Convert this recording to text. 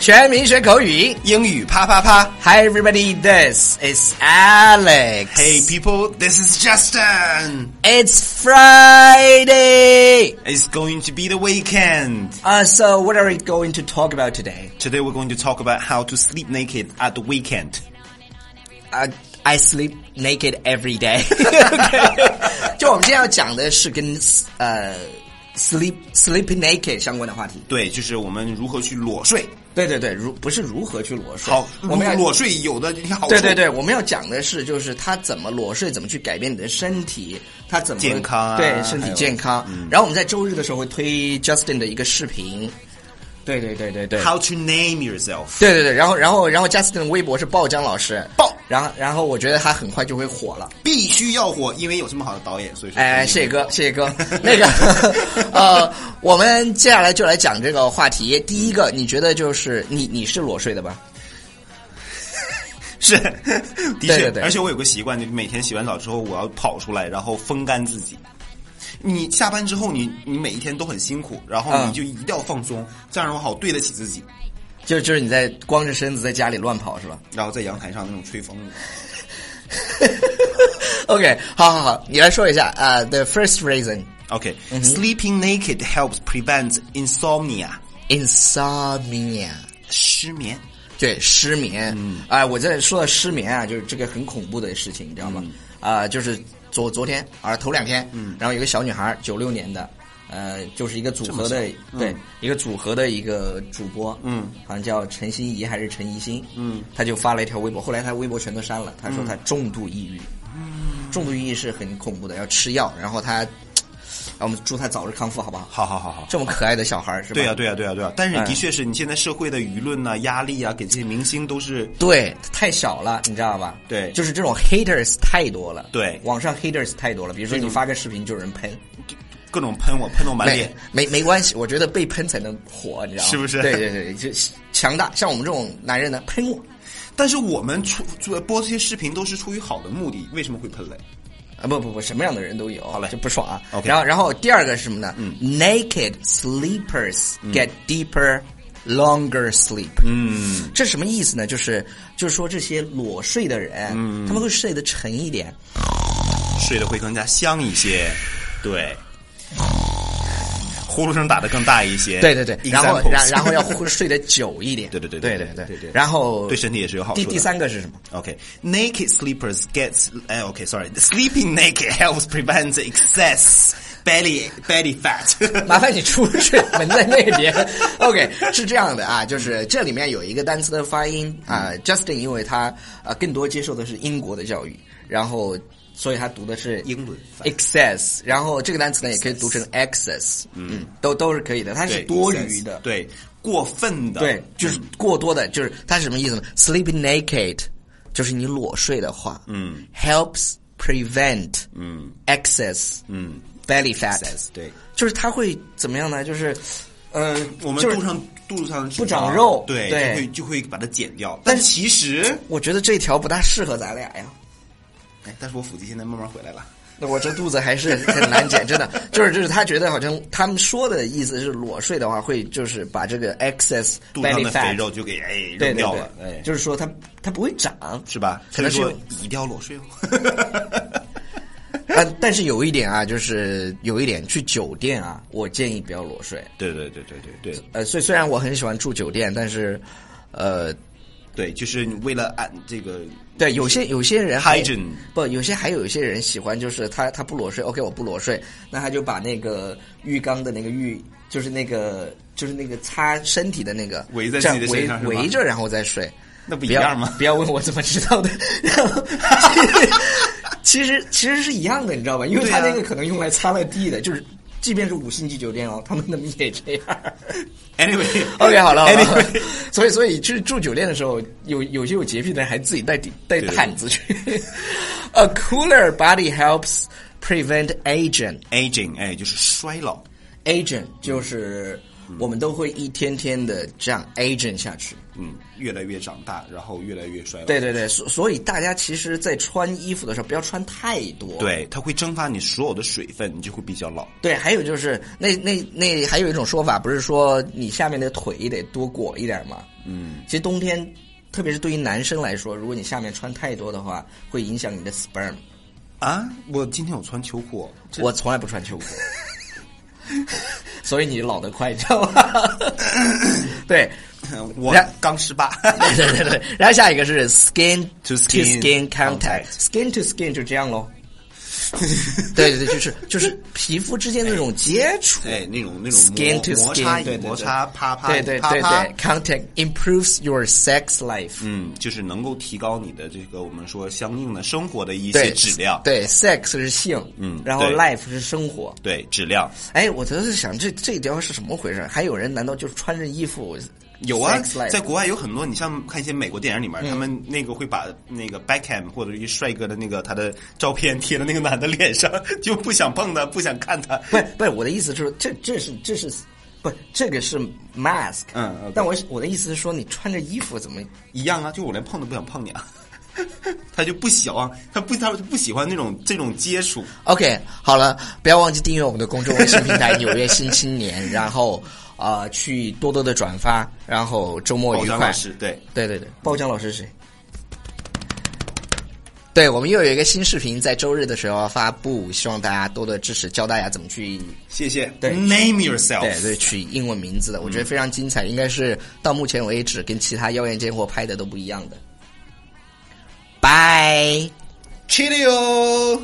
全民学口语英语啪啪啪！Hi everybody, this is Alex. ！Hey people, Oh, this is Justin. it's Friday. It's going to be the weekend. Uh, so what are we going to talk about today? Today we're going to talk about how to sleep naked at the weekend. Uh, I sleep naked every day. Okay. 就我们今天要讲的是跟呃 sleep sleep naked 相关的话题。对，就是我们如何去裸睡。对对对，如不是如何去裸睡，好，我们要裸睡有的好处。对对对，我们要讲的是，就是它怎么裸睡，怎么去改变你的身体，它怎么健康啊对身还体有健康。然后我们在周日的时候会推 Justin 的一个视频。对对对对对， How to name yourself. 对对对，然后然后然后 Justin 的微博是爆江老师，爆然后然后我觉得他很快就会火了。必须要火，因为有这么好的导演，所以说哎，谢谢哥，谢谢哥。那个，呃，我们接下来就来讲这个话题。第一个，你觉得就是你你是裸睡的吧？是 的对确对对而且我有个习惯，就是每天洗完澡之后，我要跑出来，然后风干自己。你下班之后你，你每一天都很辛苦，然后嗯你就一定要放松，这样的话好对得起自己。就就是你在光着身子在家里乱跑是吧然后在阳台上那种吹风， ？OK，好好好，你来说一下啊、t h e first reason Okay. 嗯 Sleeping naked helps prevent insomnia. insomnia，失眠。对，失眠。啊、我在说到失眠啊，就是这个很恐怖的事情，你知道吗？啊、就是昨昨天啊，头两天，嗯，然后有个小女孩，九六年的，呃，就是一个组合的，对，一个组合的一个主播，嗯，好像叫陈心怡还是陈怡欣，嗯，她就发了一条微博，后来她微博全都删了，她说她重度抑郁，嗯，重度抑郁是很恐怖的，要吃药，然后她，啊，我们祝她早日康复，好不好？好好好好。这么可爱的小孩儿是吧？对呀、啊对呀、对呀、对呀、但是嗯的确是你现在社会的舆论啊、压力啊，给这些明星都是对，太小了，你知道吧？对就是这种 haters 太多了。对网上 haters 太多了。比如说你发个视频就有人喷，各种喷我，喷到满没脸。没没关系，我觉得被喷才能火，你知道吗？是不是对对对，就强大。像我们这种男人呢，喷我但是我们出出播这些视频都是出于好的目的，为什么会喷嘞？啊，不不不，什么样的人都有，好嘞就不爽啊。 OK 嗯然后然后第二个是什么呢、n a k e d sleepers get deeper。Longer sleep，嗯，这什么意思呢？就是就是说这些裸睡的人，嗯，他们会睡得沉一点，睡得会更加香一些，对，呼噜声打得更大一嗯些。对对对，然后 Examples 然然后要呼睡得久一点。对对对对对对对对然后对身体也是有好处第的第三个是什么？ Okay, naked sleepers gets. Uh, okay, sorry. Sleeping naked helps prevent excess belly belly fat. 麻烦你出去，门在那边。OK，是这样的啊，就是这里面有一个单词的发音啊、j u s t i n 因为他呃更多接受的是英国的教育，然后所以他读的是英文翻译 excess，然后这个单词呢也可以读成 excess，嗯，都都是可以的，它是多余的，对，过分的，嗯对，就是过多的，就是它是什么意思呢？Sleeping naked，就是你裸睡的话，嗯，helps prevent，嗯，excess，嗯，belly fat， Excess，对，就是它会怎么样呢？就是，呃，我们就是肚上肚子上不长肉对，对就会就会把它减掉。但其实，我觉得这条不大适合咱俩呀。哎，但是我腹肌现在慢慢回来了。那我这肚子还是很 难减，真的，就是就是他觉得好像他们说的意思是裸睡的话会就是把这个 excess 肚上 belly 的 fat 肥肉就给哎对对扔掉对了，，哎，就是说它它不会长，是吧？可所以能是说有一定要裸睡哦。啊，但是有一点啊，就是有一点去酒店啊，我建议不要裸睡。 对对对对对对呃，虽虽然我很喜欢住酒店，但是，呃，对，就是你为了按这个对有些有些人还 Hygiene 不，有些还有一些人喜欢，就是他他不裸睡，OK，我不裸睡，那他就把那个浴缸的那个浴，就是那个就是那个擦身体的那个围在这样自己的身上是围吗围着，然后再睡。那不不一样吗要？不要问我怎么知道的。 然后其实其实是一样的，你知道吧？因为对他啊那个可能用来擦了地的，就是即便是五星级酒店哦，他们那么也这样。 Anyway OK，好了好了 Anyway， 所以所以去住酒店的时候，有有些有洁癖的人还自己带地带对毯子去。A cooler body helps prevent aging. aging，哎，就是衰老。 Aging 就是我们都会一天天的这样 aging 下去。嗯，越来越长大，然后越来越衰老。对对对，所所以大家其实，在穿衣服的时候不要穿太多。对，它会蒸发你所有的水分，你就会比较老。对，还有就是那那那还有一种说法，不是说你下面的腿得多裹一点吗？嗯，其实冬天，特别是对于男生来说，如果你下面穿太多的话，会影响你的 sperm。啊，我今天有穿秋裤，这我从来不穿秋裤， 所以你老得快，你知道吗？ 对， 哦我然刚 十八。哎对对对对。然后下一个是 skin To skin, skin contact contact skin to skin 就这样喽。 对对对，就是就是皮肤之间的那种接触。哎，那种那种 Skin 摩 to 摩擦 skin，对对对摩擦啪啪对对啪对啪对，contact improves your sex life。嗯，就是能够提高你的这个我们说相应的生活的一对些质量，对，sex 是性，嗯然后对 life 是生活。对质量哎，我都是想这这条是怎么回事？还有人难道就是穿着衣服？有啊 sex life？，嗯在国外有很多，你像看一些美国电影里面，他们那个会把那个 Beckham 或者一帅哥的那个他的照片贴在那个男的脸上，就不想碰他，不想看他。不是不是，我的意思是，这这是这是不是这个是 mask？嗯，OK 但我是我的意思是说，你穿着衣服怎么？一样啊，就我连碰都不想碰你啊。 他就不喜欢，他不，他不喜欢那种这种接触。 OK，好了，不要忘记订阅我们的公众微信平 台《纽约新青年》，然后啊、呃去多多的转发，然后周末宝哦愉强快老。师，对，对对对，包浆老师是谁？对，我们又有一个新视频在周日的时候发布，希望大家多多支持，教大家怎么去谢谢。对，Name yourself。对对取英文名字的，我觉得非常精彩，应该是到目前为止跟其他妖艳贱货拍的都不一样的。拜。 ，Cheerio。